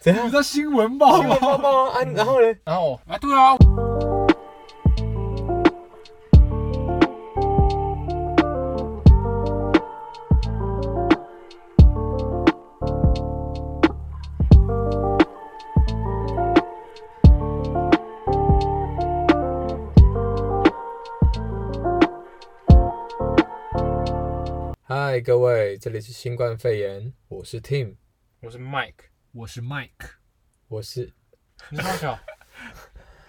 怎你样？知新闻报新闻吗？报报啊！啊然后呢？然后啊，对啊，嗨，各位，这里是新冠肺炎，我是 Tim，我是 Mike，我是 Mike，我是你是多 小？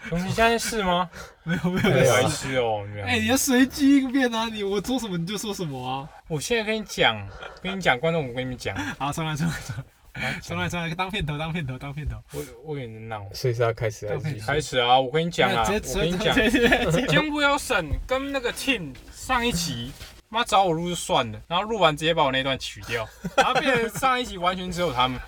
东西现在是吗？没有没有没有白啊没事。痴哦！你们哎，你要随机应变啊！你我说什么你就说什么啊！我现在跟你讲，跟你讲，观众，我跟你们讲，好，重来重来重来，重来重来，当片头当片头当片头，我我有点闹。所以是要开始还对是？开始啊！我跟你讲啊，直我接直跟接你讲，直接直接监不要审跟那个 Tim 上一期，妈找我录就算了，然后录完直接把我那段取掉， 然后变成上一期完全只有他们。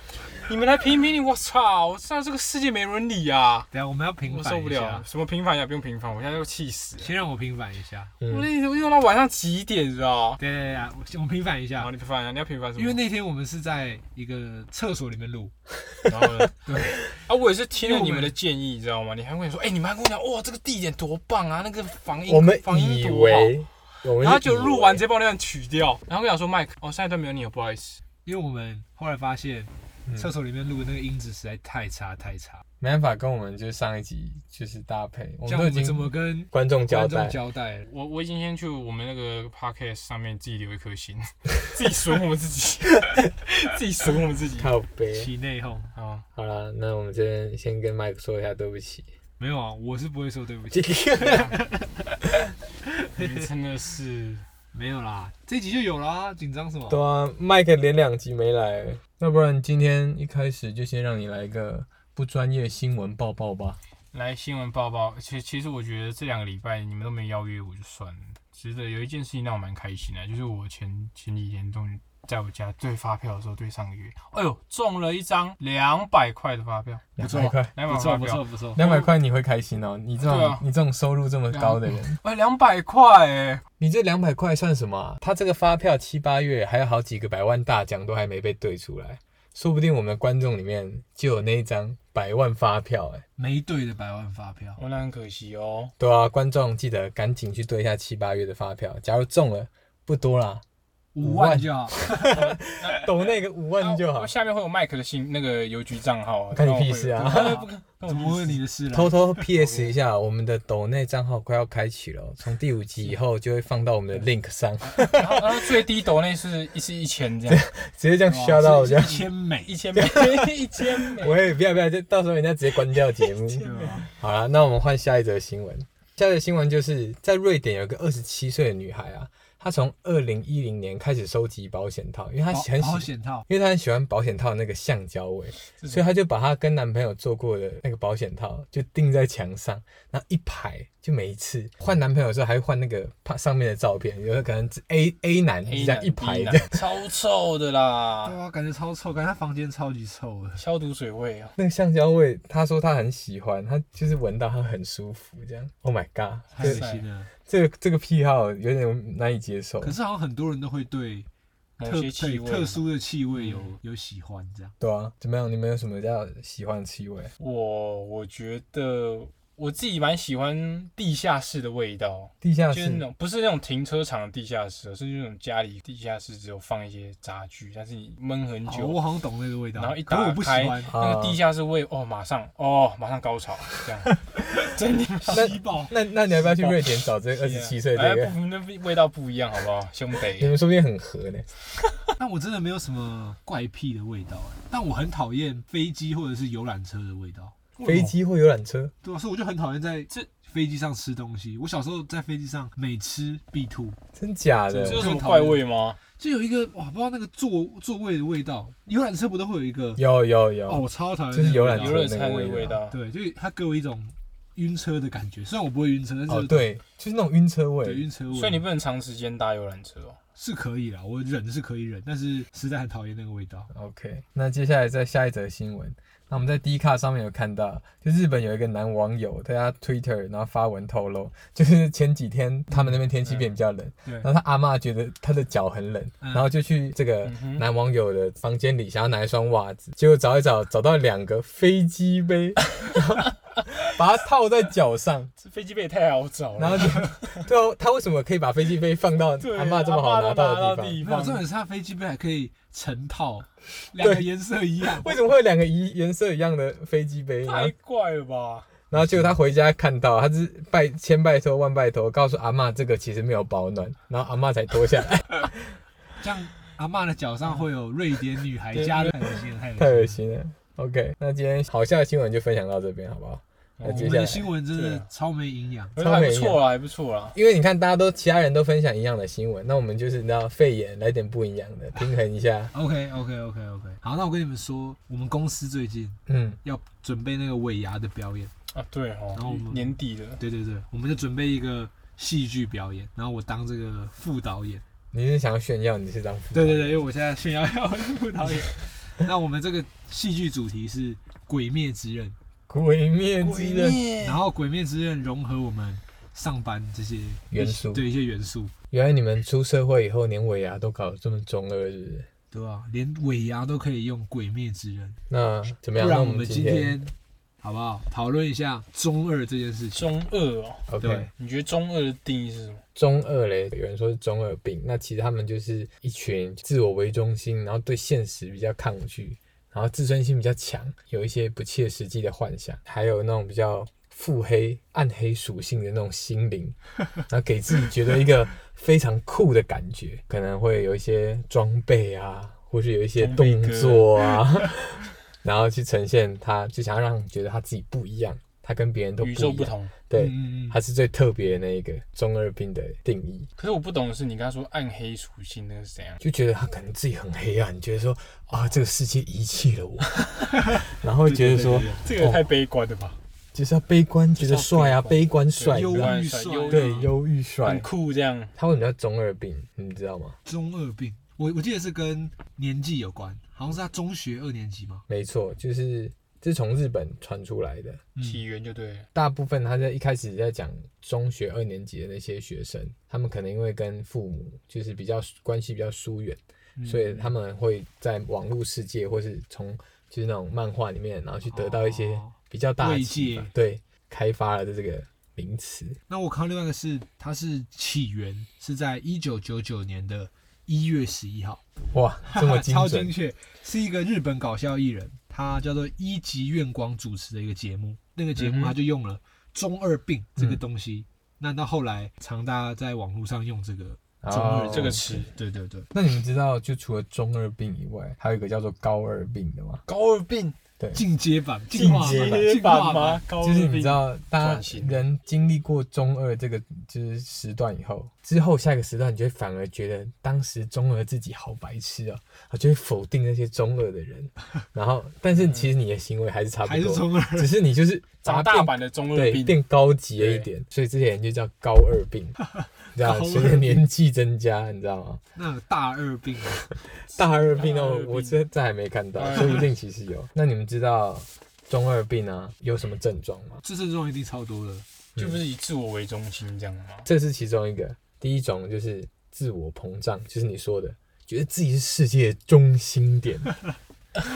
你们来评评理，我操！我上这个世界没伦理啊！等一下我们要平我反受不一了下，，什么平凡呀，不用平凡，我现在都气死了。先让我平反一下。我嗯，那天我用到晚上几点，你知道吗？对对对，我先我平反一然下后，哦你平凡，你要平凡什么？因为那天我们是在一个厕所里面录，然后呢？对啊，我也是听因为了我你们们的建议，你知道吗？你还跟我说，哎、你们还跟我讲，哇，这个地点多棒啊，那个防疫，我们防疫以多好。为，我们然后是就以录完为直接把我那段取掉，然后跟我讲说，Mike，哦，下一段没有你了，不好意思。因为我们后来发现嗯厕所里面录的那个音质实在太差太差，没办法跟我们就是上一集就是搭配，我们像都我已们经怎么跟观众交观众代，交代了？我我已经先去我们那个 podcast 上面自己留一颗心， 自己损我们自己， 自己损我们自己。靠背。其内讧啊，好了，那我们这边先跟麦克说一下对不起。没有啊，我是不会说对不起，你们真的是，没有啦，这集就有啦，紧张什么？对啊，麦克连两集没来，要不然今天一开始就先让你来一个不专业新闻报报吧。来新闻报报，其其实我觉得这两个礼拜你们都没邀约我就算了，值得有一件事情让我蛮开心的，就是我前前几天终于在我家对发票的时候对上个月，哎呦中了一张两百块的发票，两不错百块，两百不块错发不票，错不错，两百块你会开心哦？你这种、对啊你这种收入这么高的人，哎两百块哎，你这两百块算什么啊、他这个发票七八月还有好几个百万大奖都还没被兑出来，说不定我们的观众里面就有那一张百万发票哎、没对的百万发票，我那很可惜哦，对啊，观众记得赶紧去对一下七八月的发票，假如中了不多啦，五万就好，抖那个五万就啊好我，下面会有麦克的信那个邮局账号，干你屁事啊跟我会！跟怎我么会你的事了？偷偷 PS 一下，我们的抖内账号快要开启了哦，从第五集以后就会放到我们的 link 上，然后然后最低抖那是一是一千这样，直接这样刷到我这一样。千美，一千美，一千美，喂，不要不要，就到时候人家直接关掉节 目。对啊吧？好了，那我们换下一则新闻。下一则新闻就是在瑞典有个二十七岁的女孩啊，她从二零一零年开始收集保险套，因为她保很保喜，险套，因为她很喜欢保险套的那个橡胶味，是所以她就把她跟男朋友做过的那个保险套就钉在墙上，然后一排就每一次换男朋友的时候还会换那个怕上面的照片，有的可能只 A A 男就 A 这样男一排这 B 男样，超臭的对啦，啊，感觉超臭，感觉他房间超级臭的。消毒水味啊！那个橡胶味，她说她很喜欢，她就是闻到她很舒服这样。Oh my god！太这恶心了，这个这个癖好有点难以接受。可是好像很多人都会对某特些气对味，特。殊的气味有嗯有喜欢这样。对啊，怎么样？你们有什么叫喜欢的气味？我我觉得我自己蛮喜欢地下室的味道，地下就是那室，种不是那种停车场的地下室，哦是那种家里地下室只有放一些杂具，但是你闷很哦，久，我好像懂那个味道，然后一可打我不喜开欢，那个啊地下室味哦，马上哦，马上高潮，这样 真的。吸爆。那那你要不要去瑞典找这个二十七岁哎这，个？不，那味道不一样，好不好，兄你弟？们说不定很合呢。但我真的没有什么怪癖的味道、哎但我很讨厌飞机或者是游览车的味道。飞机或游览车，对啊，所以我就很讨厌在这飞机上吃东西。我小时候在飞机上每吃必吐，真假的这？有什么很讨怪厌味吗？就有一个哇，不知道那个座座位的味道。游览车不都会有一个有有哦，有，我超讨厌那个味道，就是游览游车乐的餐那的个味味道。道。对，就是它给我一种晕车的感觉。虽然我不会晕车，但是、哦，对，就是那种晕车对味。晕车味，所以你不能长时间搭游览车哦。是可以啦，我忍是可以忍，但是实在很讨厌那个味道。 OK，那接下来再下一则新闻，那我们在 D 卡上面有看到，就日本有一个男网友，在他 Twitter 然后发文透露， 就是前几天他们那边天气嗯变比较冷，对然后他阿嬷觉得他的脚很冷，嗯然后就去这个嗯哼男网友的房间里想要拿一双袜子，结果找一找找到两个飞机杯， 把它套在脚 上，这飞机杯也太好找然了后。就对啊，他为什么可以把飞机杯放到对，阿嬷这么好拿到到的地方？地没有，重方，点是它飞机杯还可以成套，两个颜色一样。为什么会有两个一颜色一样的飞机杯？然太后怪了吧？然后结果他回家看到，他是拜千拜托万拜托，告诉阿嬷这个其实没有保暖，然后阿嬷才脱下来，这样阿嬷的脚上会有瑞典女孩对家的，太恶心了，太恶心了太恶。心了。OK，那今天好笑的新闻就分享到这边，好不好？我那接们下的来，新闻真对的啊超没营养。可是还不啊错啊啦，还不错啦。因为你看大家都其他人都分享一样的新闻，那我们就是你知道肺炎来点不一样的，平衡一下。 OK OK OK OK，好，那我跟你们说，我们公司最近嗯，要准备那个尾牙的表演，啊，对哦然后我，们年底了，对对对，我们就准备一个戏剧表演，然后我当这个副导演，你是想要炫耀你是当副对对对，因为我现在炫耀要我是副导 演。那我们这个戏剧主题是《鬼灭之刃鬼灭之刃面》，然后《鬼灭之刃》融合我们上班这些元素？对一些元素，原来你们出社会以后连尾啊牙都搞得这么中二，是不是？对吧、连尾牙都可以用《鬼灭之刃那怎》，么样？不那然我我们今天天好不好讨论一下中二这件事情？中二哦， OK 对你觉得中二的定义是什么？中二嘞，有人说是中二病，那其实他们就是一群自我为中心，然后对现实比较抗拒，然后自尊心比较强，有一些不切实际的幻想，还有那种比较腹黑、暗黑属性的那种心 灵，然后给自己觉得一个非常酷的感觉，可能会有一些装备啊，或是有一些动作啊， 然后去呈现他，就想要让你觉得他自己不一样，他跟别人都不与一众样，不同。对。嗯嗯他嗯，是最特别的那一个中二病的定义，可是我不懂的是，你刚刚说暗黑属性那个是怎样？就觉得他可能自己很黑暗，觉得说啊，这个世界遗 弃了我，然后觉得说对对对这个也太悲观了吧？就是要悲观，觉得帅啊，就是悲观帅，忧你知道吗郁帅帅忧啊，对忧郁很帅，酷这样。他为什么叫中二病？你知道吗？中二病，我我记得是跟年纪有关，好像是他中学二年级嘛。没错，就是这是从日本传出来的，嗯起源就对了。大部分他在一开始在讲中学二年级的那些学生，他们可能因为跟父母就是比较关系比较疏远，嗯所以他们会在网络世界或是从就是那种漫画里面，然后去得到一些哦比较大的慰启发藉对，开发了的这个名词。那我看到另外一个是，它是起源是在一九九九年的一月十一号，哇，这么精超准精！确，是一个日本搞笑艺人，他叫做一级院光主持的一个节目，那个节嗯哼目他就用了中二病这个东西。那到后来，常大家在网络上用这个哦中二、这个词，对对对，那你们知道，就除了中二病以外，还有一个叫做高二病的吗？高二病，进阶版、进进化阶版、版进化版，？高就是你知道，大转家型人经历过中二这个就是时段以后，之后下一个时段，你就会反而觉得当时中二自己好白痴啊，我就会否定那些中二的人。然后，但是其实你的行为还是差不还是多，中二？只是你就是把长它大变版的中二对，病，变高级了一点，所以这些人就叫高二病，你知 道吗，高二随着年纪增加，你知道吗？那大二病啊，大二病大哦二，病哎我这这还没看到大，二说不定其实有。那你们知道中二病啊有什么症状吗？这症状一定超多的。就不是以自我为中心这样吗？这是其中一个，第一种就是自我膨胀，就是你说的，觉得自己是世界中心 点，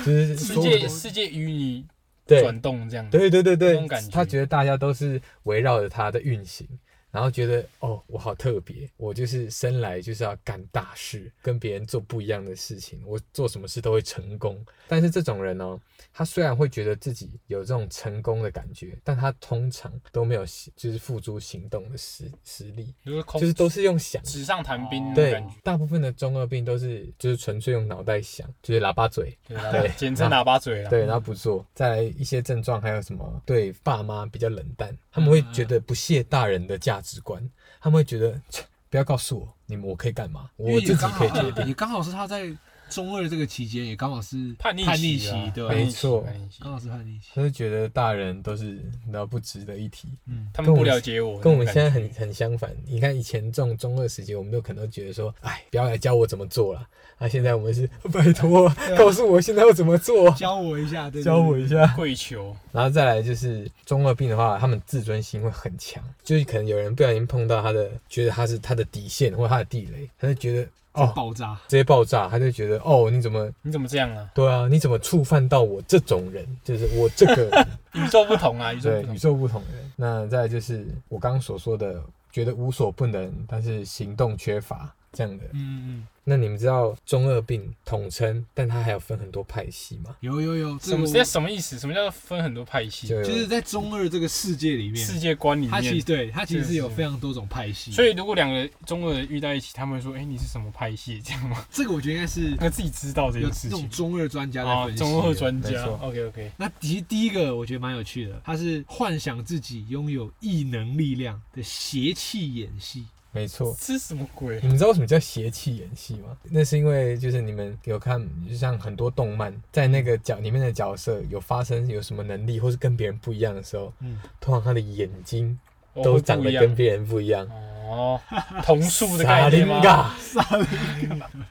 就是世所有界的世界与你对转动这样。对对对那对种感，觉他觉得大家都是围绕着他的运行，然后觉得哦，我好特别，我就是生来就是要干大事，跟别人做不一样的事情，我做什么事都会成功。但是这种人哦，他虽然会觉得自己有这种成功的感觉，但他通常都没有行就是付诸行动的实实力，就是空就是都是用想。纸上谈兵那种对感觉，，大部分的中二病都是就是纯粹用脑袋想，就是喇叭嘴，对啦，简称那喇叭嘴啦。对，然后不做。再来一些症状，还有什么对爸妈比较冷淡，他们会觉得不屑大人的价值观，他们会觉得切不要告诉我你们我可以干嘛，因我为自嗯也己刚可 好以决定。也刚好是他在中二这个期间也刚好是叛逆叛逆期期啊，对吧？没错叛逆期刚好是叛逆期。他就觉得大人都是那不值得一提，嗯，他跟们我不们了解我，跟我们那现种在感很觉很相反。你看以前这种中二时期，我们都可能都觉得说，哎，不要来教我怎么做了。啊，现在我们是 拜 托，啊告诉我现在要怎么做，教我一下，对，对教我。对一下。跪求，然后再来就是中二病的话，他们自尊心会很强，就是可能有人不小心碰到他的，觉得他是他的底线或他的地雷，他就觉得哦爆炸，直接爆炸，他就觉得哦你怎么你怎么这样啊？对啊你怎么触犯到我这种人，就是我这个人宇宙不同 啊，宇宙对宇不同。宙不同的人。那再来就是我刚刚所说的，觉得无所不能，但是行动缺乏这样的。嗯嗯嗯，那你们知道中二病统称，但它还有分很多派系吗？有有有，这什个么我这什么意思？什么叫做分很多派系？就就是在中二这个世界里面，世界观里它其面实。对它其实是是有是非常多种派系，所以如果两个中国人遇到一起，他们会说：“哎、你是什么派系？”这样吗？ 这个我觉得应该是那自己知道这有件这事种情。中二专家在啊，分析。中二专没家。错 OK OK，那其实第一个我觉得蛮有趣的，他是幻想自己拥有异能力量的邪气演戏。没错。这是什么鬼你？们知道为什么叫邪气演戏吗？那是因为就是你们有看，就像很多动漫在那个角里面的角色有发生有什么能力，或是跟别人不一样的时候，嗯，通常他的眼睛哦都会长不得一样跟别人啊不一样。哦，同数的萨概林 念吗？嘎、萨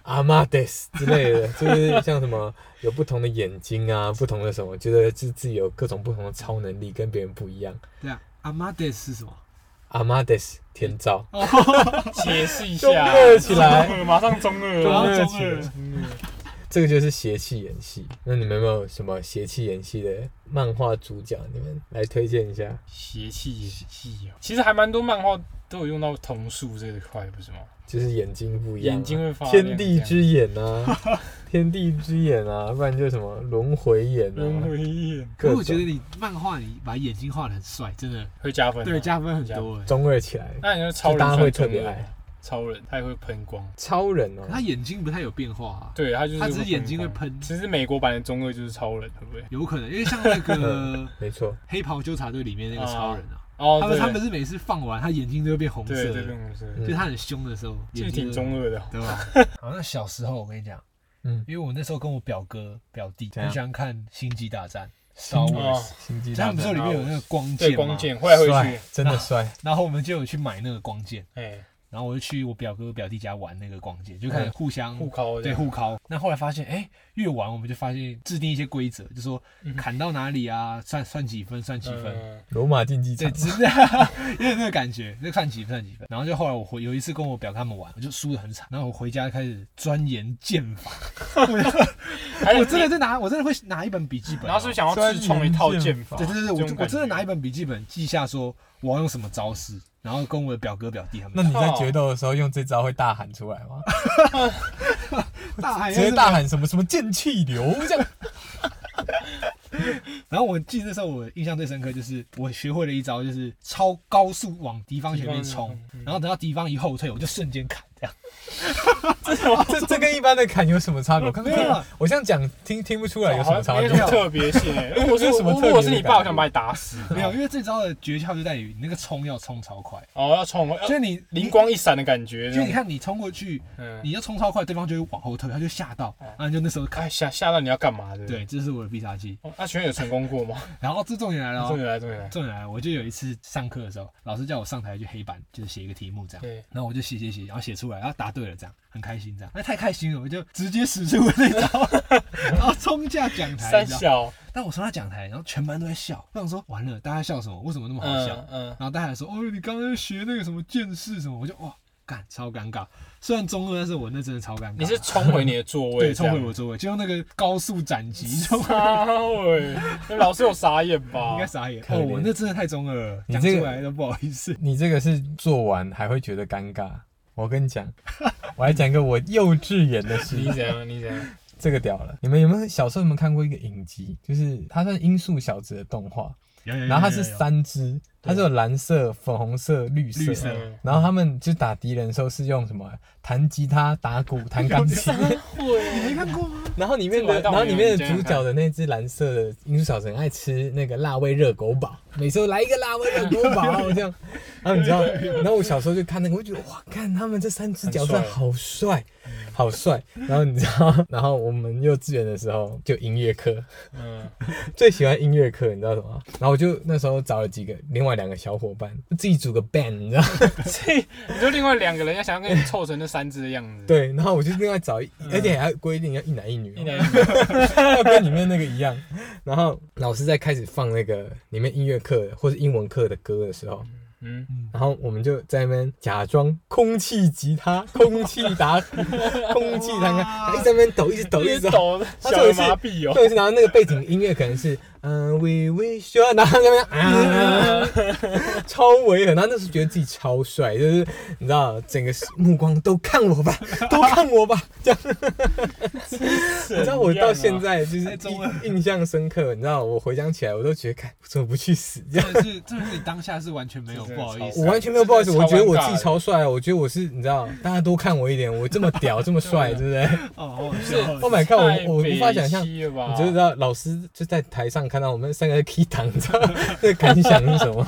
阿玛德斯之类的，就是像什么有不同的眼睛啊，不同的什么，觉得自自己有各种不同的超能力，跟别人不一样。对啊，阿玛德是什么？阿玛德斯天照，解释一中下。二起来，中二 马上中二，中然后二中二起这个就是邪气演戏。那你们有没有什么邪气演戏的漫画主角？你们来推荐一下。邪气演戏哦。其实还蛮多漫画都有用到同数这一块，不是吗？就是眼睛不一样、啊，眼睛会发亮天地之眼啊， 天地之眼啊，不然就什么轮回眼轮啊，回眼可各是我觉得种你漫画你把眼睛画的很帅，真的会加分、对。加分很多哎。中二起来。那你说超就人大家会算中特二别爱超人，他也会喷光。超人哦，欸他眼睛不太有变化啊，对他就是他只是光眼睛会喷其实美国版的中二就是超人，对不对？有可能因为像那 个没错，黑袍纠察队里面那个超人啊，哦，他们对他们是每次放完他眼睛都会变红色对对对的，对对，嗯就他很凶的时候，这眼个睛啊挺都中二的哦。对吧？ 好，那小时候我跟你讲，嗯因为我那时候跟我表哥表弟怎样很喜欢看《星际大战》，Star 哦 Wars，，星际啊他大们不是战有里面有那个光剑对，吗光，剑挥来挥去帅，，真的帅，然后我们就有去买那个光剑，哎，然后我就去我表哥表弟家玩那个光剑，就开始互相嗯互敲嗯对，互敲。那后来发现，哎，越玩我们就发现制定一些规则，就说嗯砍到哪里啊，算算几分，算几几分。分？罗马竞技对，场，真的 有点那个感觉，就算几分算几分。然后就后来我回有一次跟我表哥他们玩，我就输的很惨。然后我回家开始钻研剑法，还有我真的在拿，我真的会拿一本笔记本、哦然后是想要自创一套剑法，对对对，这我种就感觉我真的拿一本笔记本记下说我要用什么招式，然后跟我的表哥表弟他那们你在决斗的时候用这招会大喊出来吗？大啊喊直接大喊什么什么剑气流这样？然后我记得那时候我印象最深刻就是我学会了一招，就是超高速往敌方前面冲敌方，嗯嗯然后等到敌方一后退，我就瞬间砍这样。这这跟一般的砍有什么差 别？我看没有啊我这样讲听听不出来有什么差没别有什。么特别性欸。如果是没有什么特别如的果我是你感觉爸，我想把你打死。没有，因为这招的诀窍就在于你那个冲要冲超快，哦，要冲，要就是你灵，光一闪的感觉。你这就种你，看你冲过去，嗯，你要冲超快，对方就会往后退，他就吓到，然后你就那时候砍哎，。吓吓到你要干嘛？对不对对，？这是我的必杀技。哦那学员有成功过吗？然后这重点来了哦，重点来，重点来。重点来了，我就有一次上课的时候，老师叫我上台去黑板，就是写一个题目这样。对，然后我就写写写，然后写出来，然后答对了，这样很开心，这样那太开心了，我就直接使出那招， 然后冲下讲台，三你知道？小，但我冲下讲台，然后全班都在笑，我想说完了，大家笑什么？为什么那么好笑？嗯嗯，然后大家还说哦，你刚刚学那个什么剑士什么，我就哇，干超尴尬。虽然中二，但是我那真的超尴尬。你是冲回你的座位，对冲回我座位，就用那个高速斩击，冲回 位。你老师有傻眼吧？应该傻眼。可哦，怜我那真的太中二了，你讲这个出来都不好意思。你这个是做完还会觉得尴尬。我跟你讲， 我来讲一个我幼稚园的事 你怎样？你怎样？这个屌了。你们有没有小时候有没有看过一个影集？就是它算《音速小子》的动画，嗯然后它是三三只，它是有蓝色、粉红色、绿色。绿色嗯然后他们就打敌人的时候是用什么弹吉他、打鼓、弹 钢琴。没 会看过吗？然后里面这个我的，还倒然后没有里面的主角的那只蓝色的音速小子很爱吃那个辣味热狗堡，每次都来一个辣味热狗 堡这样。然后你知道，然后我小时候就看那个，我就觉得哇，看他们这三只角色很帅好帅，好帅。然后你知道，然后我们幼稚园的时候就音乐课，嗯，最喜欢音乐课，你知道什么吗？然后我就那时候找了几个另外两个小伙伴，自己组个 band，你知道吗？你说另外两个人要想要跟你凑成那三只的样子，，对，然后我就另外找一，而且还规定要一男一女哦、一男一女，要跟里面那个一样。然后老师在开始放那个里面音乐课或是英文课的歌的时候，嗯，然后我们就在那边假装空气吉他、空气打、空气弹哇开，一直在那边抖，一直抖，一直抖。抖，他小这个的是麻痹哦，对，然后那个背景音乐可能是嗯、w e wish you，然后在那边啊，超违和，然后那时候觉得自己超帅，就是你知道，整个目光都看我吧，都看我吧，这样。你知道我到现在就是太中二印印象深刻，你知道我回想起来，我都觉得，看我怎么不去死这真样。的是，啊真的是你当下是完全没有这真不的好意我思，完全没有不好意思，真我的觉超得我自己尴尬超帅啊！我觉得我是，你知道，大家多看我一点，我这么屌，这么帅，对不对哦，好好笑哦？Oh my god，我我啊太无法想象北，七了吧？你就知道老师就在台上看到我们三个在 key 档，你知道那个感想是什么？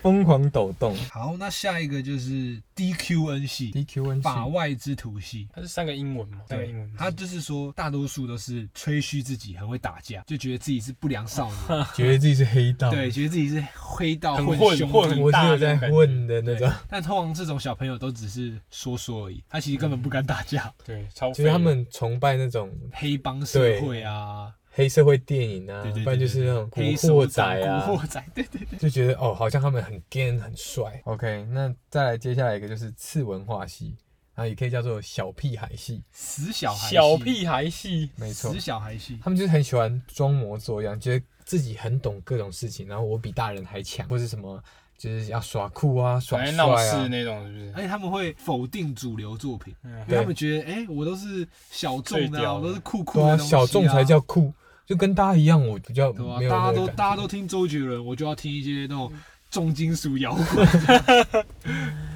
疯狂抖动好，那下一个就是 DQN 系， ，DQN 法系外之徒系。它是三个英文嘛，三个英文字，他就是说，大多数都是吹嘘自己很会打架，就觉得自己是不良少年，觉得自己是黑道，对，，觉得自己是黑道很混混兄混弟我是有在混的那对种，但通常这种小朋友都只是说说而已，他其实根本不敢打架。对，超就废是的，他们崇拜那种黑帮社会啊，黑社会电影啊对对，对不然就是那种古黑惑手仔党啊古，惑仔，对对对，就觉得哦，好像他们很 g a n 很帅。OK，那再来接下来一个就是次文化系，然后也可以叫做小屁孩系，死小孩系，小屁孩系，没错死，小孩系，他们就是很喜欢装模作样，觉得自己很懂各种事情，然后我比大人还强，或是什么就是要耍酷啊、耍反正帅闹事啊。那种，是不是？而且他们会否定主流作品，嗯因为他们觉得，哎、我都是小众最的、啊，屌我都是酷酷对的、啊，小众才。叫酷，就跟大家一样，我比较对啊，没有大那家个都感大家觉。嗯都听周杰伦，我就要听一些那种重金属摇滚。等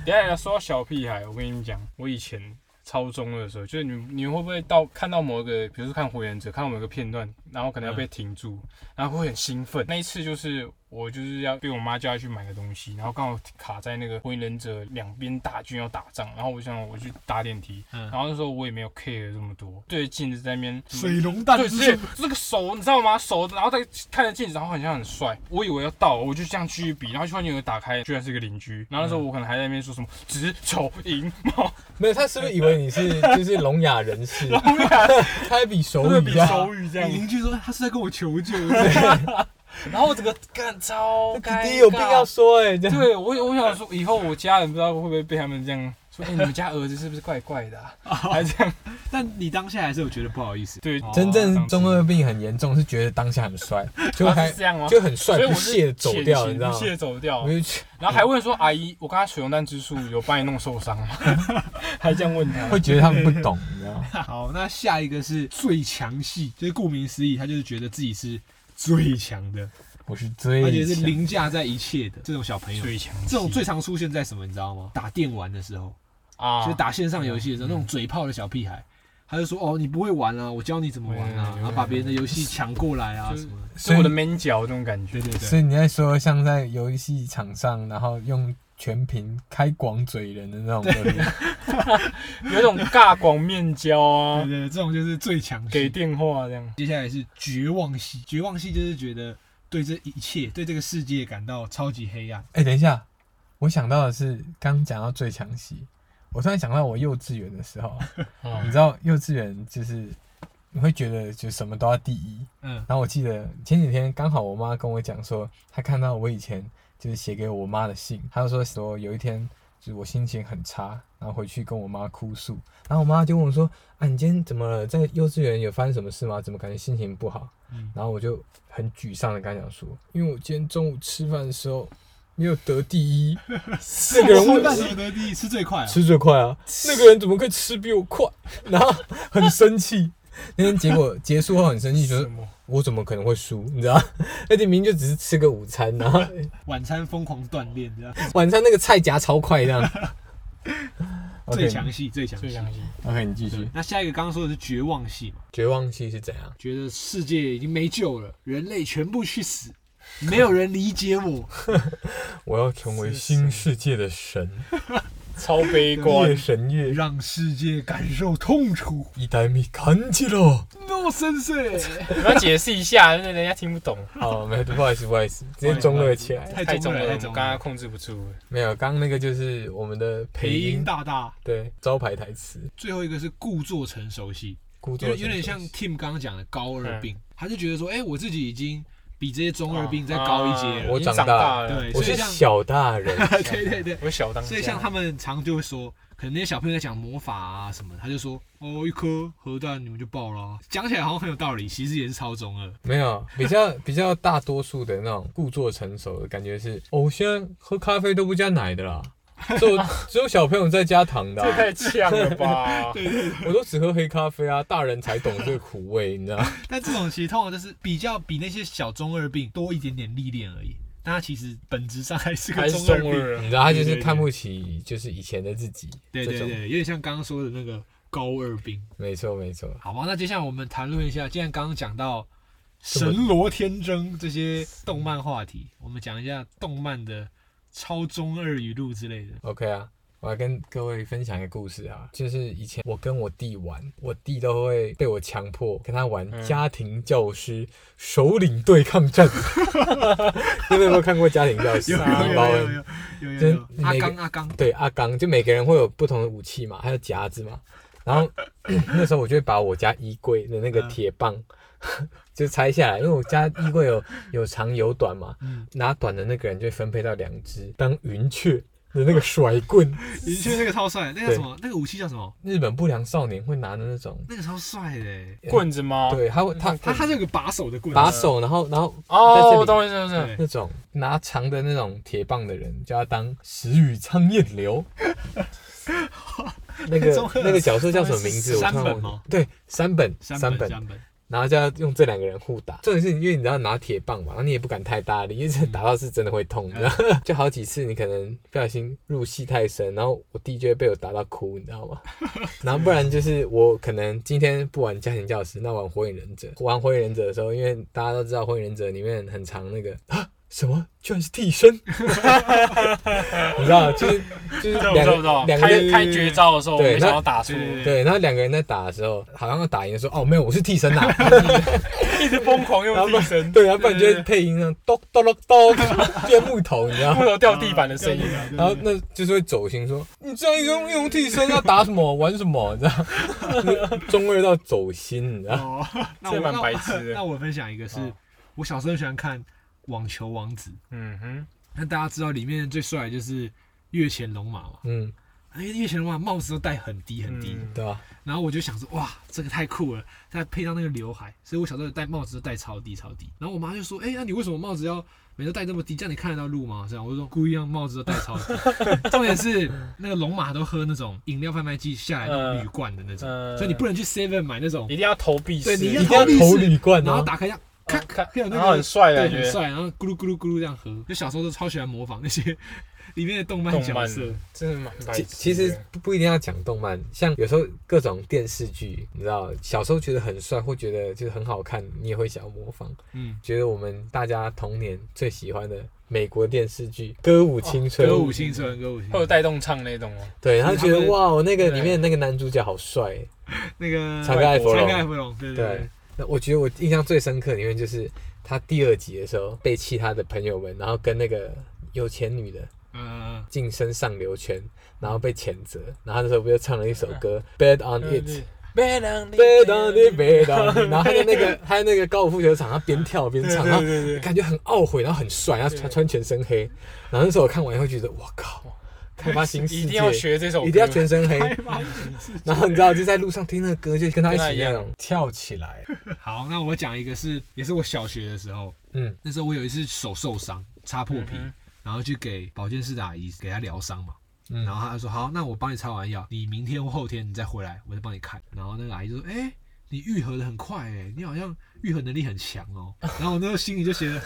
一下说到小屁孩，我跟你们讲，我以前超中二的时候，就是你们你们会不会到看到某一个，比如说看《火影忍者》，看到某一个片段，然后可能要被停住，然后会很兴奋。那一次就是我就是要被我妈叫去买个东西，然后刚好卡在那个《火影忍者》两边大军要打仗，然后我想我去搭电梯，嗯然后那时候我也没有 care 这么多，对着镜子在那边水龙蛋对，之直术接，这个手你知道吗？手，然后再看着镜子，然后好像很帅。我以为要到了，我就这样继续比，然后突然间有打开，居然是个邻居。然后嗯那时候我可能还在那边说什么“只丑寅卯没有，他是不是以为你 是就是聋哑人士？聋哑， 他还比”，手语就是比啊手语这样你。邻居说他是在跟我求救， 然后我整个干超弟尴弟 尬。有病要说哎、欸，这样对我，我想说以后我家人不知道会不会被他们这样说，哎、你们家儿子是不是怪怪的、啊？还这样。但你当下还是有觉得不好意 思。对，哦真正中二病很严重，是觉得当下很帅，就啊还是这样吗？就很帅所以不我屑是地走潜掉，行你知道不吗？屑地走掉我。就去然后还问说：“阿姨，我刚才水溶弹之术有把你弄受伤吗？”还这样问他。会觉得他们不懂，你知道吗？好，那下一个是最强系，就是顾名思义，他就是觉得自己是最强的，我是最而且是强凌驾在一切的这种小 朋友。最强系，这种最常出现在什么，你知道吗？打电玩的时候，啊，就是打线上游戏的时候，那种嘴炮的小屁孩，他就说：“哦，你不会玩啊，我教你怎么玩啊嗯，然后把别人的游戏抢过来啊就是什么的。是我的 main 脚这种感”觉对。对所对，以你在说像在游戏场上，然后用全屏开广嘴人的那种对不 对，有一种尬广面交对啊，对，这种就是最强给系。电话这样。接下来是绝望系，绝望系就是觉得对这一切、对这个世界感到超级黑暗。哎、等一下，我想到的是刚讲到最强系，我突然想到我幼稚园的时候，哦嗯你知道幼稚园就是你会觉得就什么都要第一。嗯，然后我记得前几天刚好我妈跟我讲说，她看到我以前就是写给我妈的信，她就说哎说有一天就是我心情很差，然后回去跟我妈哭诉，然后我妈就问我说啊你今天怎么了？在幼稚园有发生什么事吗？怎么感觉心情不好？嗯然后我就很沮丧的跟她讲说，因为我今天中午吃饭的时候没有得第一，那个人吃问饭什么得第一，吃最快啊。吃最快啊，那个人怎么可以吃比我快？然后很生气。那天结果结束后很生气，觉得什么？我怎么可能会输？你知道？ 而且明明就只是吃个午餐，然后晚餐疯狂锻炼，这样晚餐那个菜夹超快这样。 最强系，最强最系。详细。 OK，你继续。那下一个刚刚说的是绝望系嘛，绝望期是怎样？觉得世界已经没救了，人类全部去死，没有人理解我。我要成为新世界的神。超悲观夜。神月，让世界感受痛楚。一代米看起 了。 No 深邃，你要解释一下，那人家听不懂，哦，没有，不好意思，不好意思，直接中二啊起来。太中了，了，太我中刚了刚。控制不住。没有，刚刚那个就是我们的陪配音音，大大，对，招牌台词，最后一个是故作成熟系，故有作有点成像熟 Tim 刚刚讲的高二病，他就觉得说，哎，我自己已经比这些中二病再高一阶哦了。 我已经长大了，对所我以是像小大人，对对对，我是小当家。所以像他们常就会说，可能那些小朋友在讲魔法啊什么，他就说，哦，一颗核弹你们就爆了啊，讲起来好像很有道理，其实也是超中二。没有，比较 比较大多数的那种故作成熟的感觉是，哦，我现在喝咖啡都不加奶的啦，只有 只有小朋友在加糖的、这啊，太呛了 吧？我都只喝黑咖啡啊，大人才懂这个苦味，你 知道？但这种其实通常就是比较比那些小中二病多一点点历练而已，但他其实本质上还是个还是中中二病。二你啊？知道他就是看不起就是以前的自己，对这对种对，有点像刚刚说的那个高二病。没错没错，好吧，那接下来我们谈论一下，既然刚刚讲到《神罗天征》这些动漫话题，我们讲一下动漫的超中二语录之类的。 OK 啊，我来跟各位分享一个故事啊，就是以前我跟我弟玩，我弟都会被我强迫跟他玩嗯家庭教师首领对抗 战。你们有没有看过家庭教师？狸猫人有真阿每个刚阿刚，对阿刚，就每个人会有不同的武器嘛，还有夹子嘛。然后 那时候我就会把我家衣柜的那个嗯铁棒 就拆下来，因为我家衣柜有有长有短嘛，嗯拿短的那个人就会分配到两只当云雀的那个甩棍。你确那个超帅，那个叫什么？那个武器叫什么？日本不良少年会拿的那种，那个超帅的，棍子吗？对，他会他他他是有个把手的棍，把手，然后然后哦，我在这懂里意思，懂意思。对那种拿长的那种铁棒的人，叫他当石宇苍彦 流。那中个二那个角色叫什么名字？我山突然本忘吗了。对，山本，三本本，三本，然后就要用这两个人互打。重点是因为你知道拿铁棒嘛，然后你也不敢太大力，因为这打到是真的会痛，然后 就好几次你可能不小心入戏太深，然后我弟就会被我打到哭，你知道 吗？然后不然就是我可能今天不玩家庭教师，那玩火影忍者。玩火影忍者的时候，因为大家都知道火影忍者里面很长那个啊。什么？居然是替 身！你知道，就是就是这我两知道我知道个两个开开绝招的时候，我对没想到打出，对对对，然后两个人在打的时候，好像要打赢的时候，哦，没有，我是替身啊。 一直疯狂用然后不地然 声，对，然后不然就会配音那种咚咚咚咚，变木头，你知道木吗？头掉地板的声音。嗯然后那就是会走心说，你这样用用替身要打什么玩什么，你知道 吗？中二到走心，你知道吗？哦，那啊这我蛮那白痴的那我分享一个是哦，我小时候很喜欢看《网球王子》，嗯哼，那大家知道里面最帅的就是月前龙马嘛，嗯，因为月前龙马帽子都戴很低很低，嗯对吧？然后我就想说哇，这个太酷了，再配上那个刘海，所以我小时候戴帽子都戴超低超低。然后我妈就说，哎、那、你为什么帽子要每次戴这么低，这样你看得到路吗？这样我就说嗯故意让帽子都戴 超低。重点是那个龙马都喝那种饮料贩卖机下来那种铝罐的那种，嗯所以你不能去 Seven 买那种一，定要投币式，对你一定要投铝罐然后哦，打开这样。咔看看，有那个然后很帅的对，感很觉，帅，然后咕噜咕噜咕噜这样喝。就小时候都超喜欢模仿那些里面的动漫动角漫色。真的蛮白痴其的。其实不不一定要讲动漫，像有时候各种电视剧，你知道，小时候觉得很帅，或觉得就是很好看，你也会想要模仿。嗯，觉得我们大家童年最喜欢的美国电视剧《歌舞青春》，哦歌舞青春，歌舞青会有春。带动唱那种哦，对，然后觉得他们哇，我那个里对面那个男主角好帅，那个查克艾弗隆查克艾弗隆，对对对。那我觉得我印象最深刻的里面就是他第二集的时候背弃他的朋友们，然后跟那个有钱女的嗯，晋升上流圈，然后被谴责，然后他那时候不就唱了一首 歌《Bad on It》。别让你 Bad on it, bad on it，然后他在那个他在那个高尔夫球场，他边跳边唱，然后感觉很懊悔，然后很帅，然后穿穿全身黑，然后那时候我看完以后觉得，我靠，开发新世界，一定要学这首歌，一定要全身黑，发 然后你知道就在路上听那个歌，就跟他一跟他起一那样种跳起来，好，那我讲一个是，也是我小学的时候， 嗯，那时候我有一次手受伤，擦破皮，嗯然后去给保健室的阿姨给她疗伤嘛。嗯然后她就说好，那我帮你擦完药，你明天或后天你再回来，我再帮你看。然后那个阿姨就说，哎、你愈合的很快哎、你好像愈合能力很强哦。然后我那时候心里就觉得，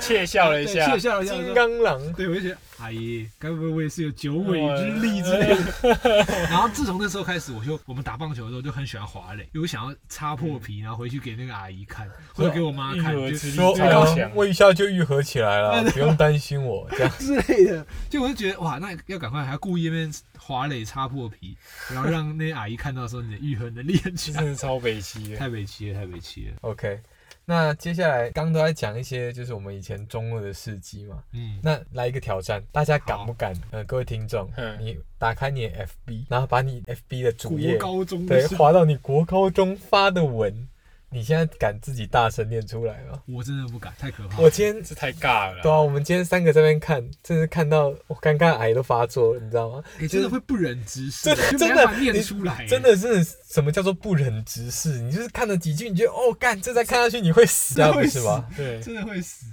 窃 笑了一对下窃，笑了一下，金说刚狼，对，我就觉得，哎呀，该不会我也是有九尾之力之类的？ 然后自从那时候开始，我就我们打棒球的时候就很喜欢滑垒，因为我想要擦破皮，然后回去给那个阿姨看，或者给我妈看，一盒就之力说最哎高呀强，，我一下就愈合起来了，不用担心我这样。 之类的。就我就觉得，哇，那要赶快，还要故意那边滑垒擦破皮，然后让那阿姨看到说你的愈合能力很真强， 的是超北齐的。太北齐了，太北齐了。 OK，那接下来刚都在讲一些就是我们以前中二的事迹嘛，嗯，那来一个挑战，大家敢好不敢？呃，各位听众，嗯你打开你的 FB，然后把你 FB 的主国页，高中的对，时候，滑到你国高中发的文，你现在敢自己大声念出来吗？我真的不敢，太可怕了。我今天这太尬了对啦，啊，我们今天三个在那边看，真是看到我尴尬癌都发作了，你知道吗？哎、真的会不忍直视，真就真没的办法念你出来，真。的是什么叫做不忍直视？你就是看了几句，你觉得哦，干，这再看下去你会死啊，真的不 会是吧？对，真的会死，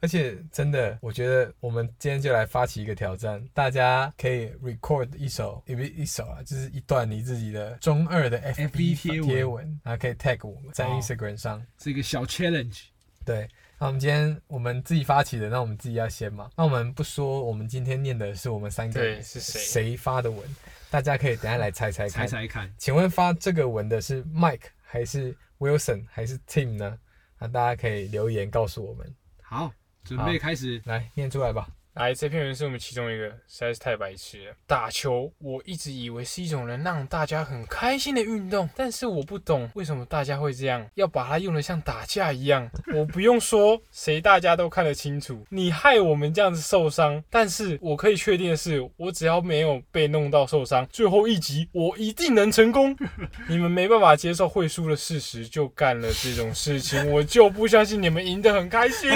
而且真的，我觉得我们今天就来发起一个挑战，大家可以 record 一首，也不是一首啊，就是一段你自己的中二的 FB FB 贴文贴文，然后可以 tag 我们在哦 Instagram 上。是一个小 challenge。对，那我们今天我们自己发起的，那我们自己要先嘛。那我们不说，我们今天念的是我们三个对人是谁谁发的文，大家可以等一下来猜猜猜看。猜看，请问发这个文的是 Mike 还是 Wilson 还是 Tim 呢？那大家可以留言告诉我们，好，准备开始。来念出来吧。来，这篇文是我们其中一个，实在是太白痴了。打球，我一直以为是一种能让大家很开心的运动，但是我不懂为什么大家会这样，要把它用得像打架一样。我不用说，谁大家都看得清楚。你害我们这样子受伤，但是我可以确定的是，我只要没有被弄到受伤，最后一集我一定能成功。 你们没办法接受会输的事实，就干了这种事情，我就不相信你们赢得很开心。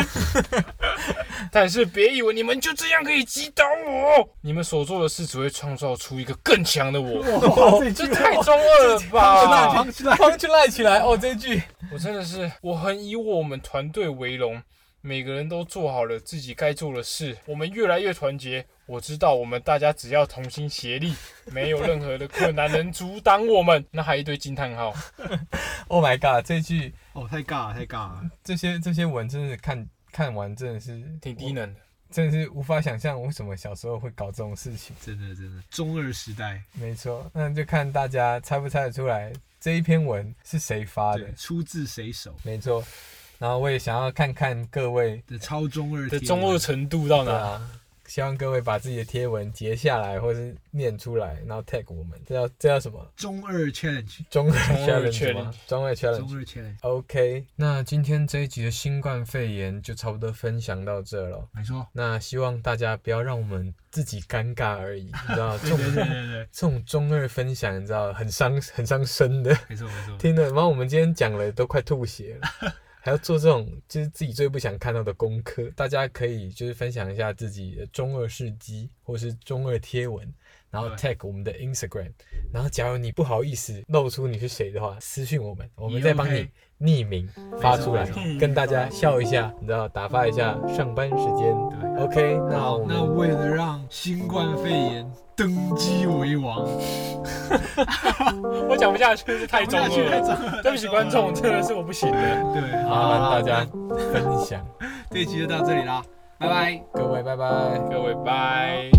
但是别以为你们就这样可以击倒我，你们所做的事只会创造出一个更强的 我。哇，这这太中二了吧！起来，放出来起来哦，这句我真的是，我很以我们团队为荣，每个人都做好了自己该做的事，我们越来越团结。我知道我们大家只要同心协力，没有任何的困难能阻挡我们。那还一堆惊叹号， ，Oh my God，这句哦，太尬了，太尬了。这些这些文真的看看完真的是挺低 能的。真的是无法想象为什么小时候会搞这种事情。真的，真的，中二时代，没错，那就看大家猜不猜得出来这一篇文是谁发的对，。出自谁手没错，然后我也想要看看各位的超中二的贴文中二程度到哪？啊，希望各位把自己的贴文截下来或是念出来，然后 tag 我们，这叫这叫什么？中二 challenge，中二二 challenge 吗？中二中 challenge。二 challenge， OK，那今天这一集的新冠肺炎就差不多分享到这了。没错，那希望大家不要让我们自己尴尬而已，你知道这种对对对对，这种中二分享，你知道很伤很伤身的。没错没错，天哪，然后我们今天讲了都快吐血 了，还要做这种就是自己最不想看到的功课。大家可以就是分享一下自己的中二事迹或是中二贴文，然后 tag 我们的 Instagram，然后假如你不好意思露出你是谁的话，私信我们，我们再帮你 OK 匿名发出来没，跟大家笑一下，你知道，打发一下上班时间。对。 OK，那好我，那们为了让新冠肺炎登基为王，我讲不下去，这太中我们下去太二了。 中二，对不起，观众，真的是我不行了。对，麻好，烦大家分享，这一集就到这里啦，拜拜。各位拜拜。各位拜。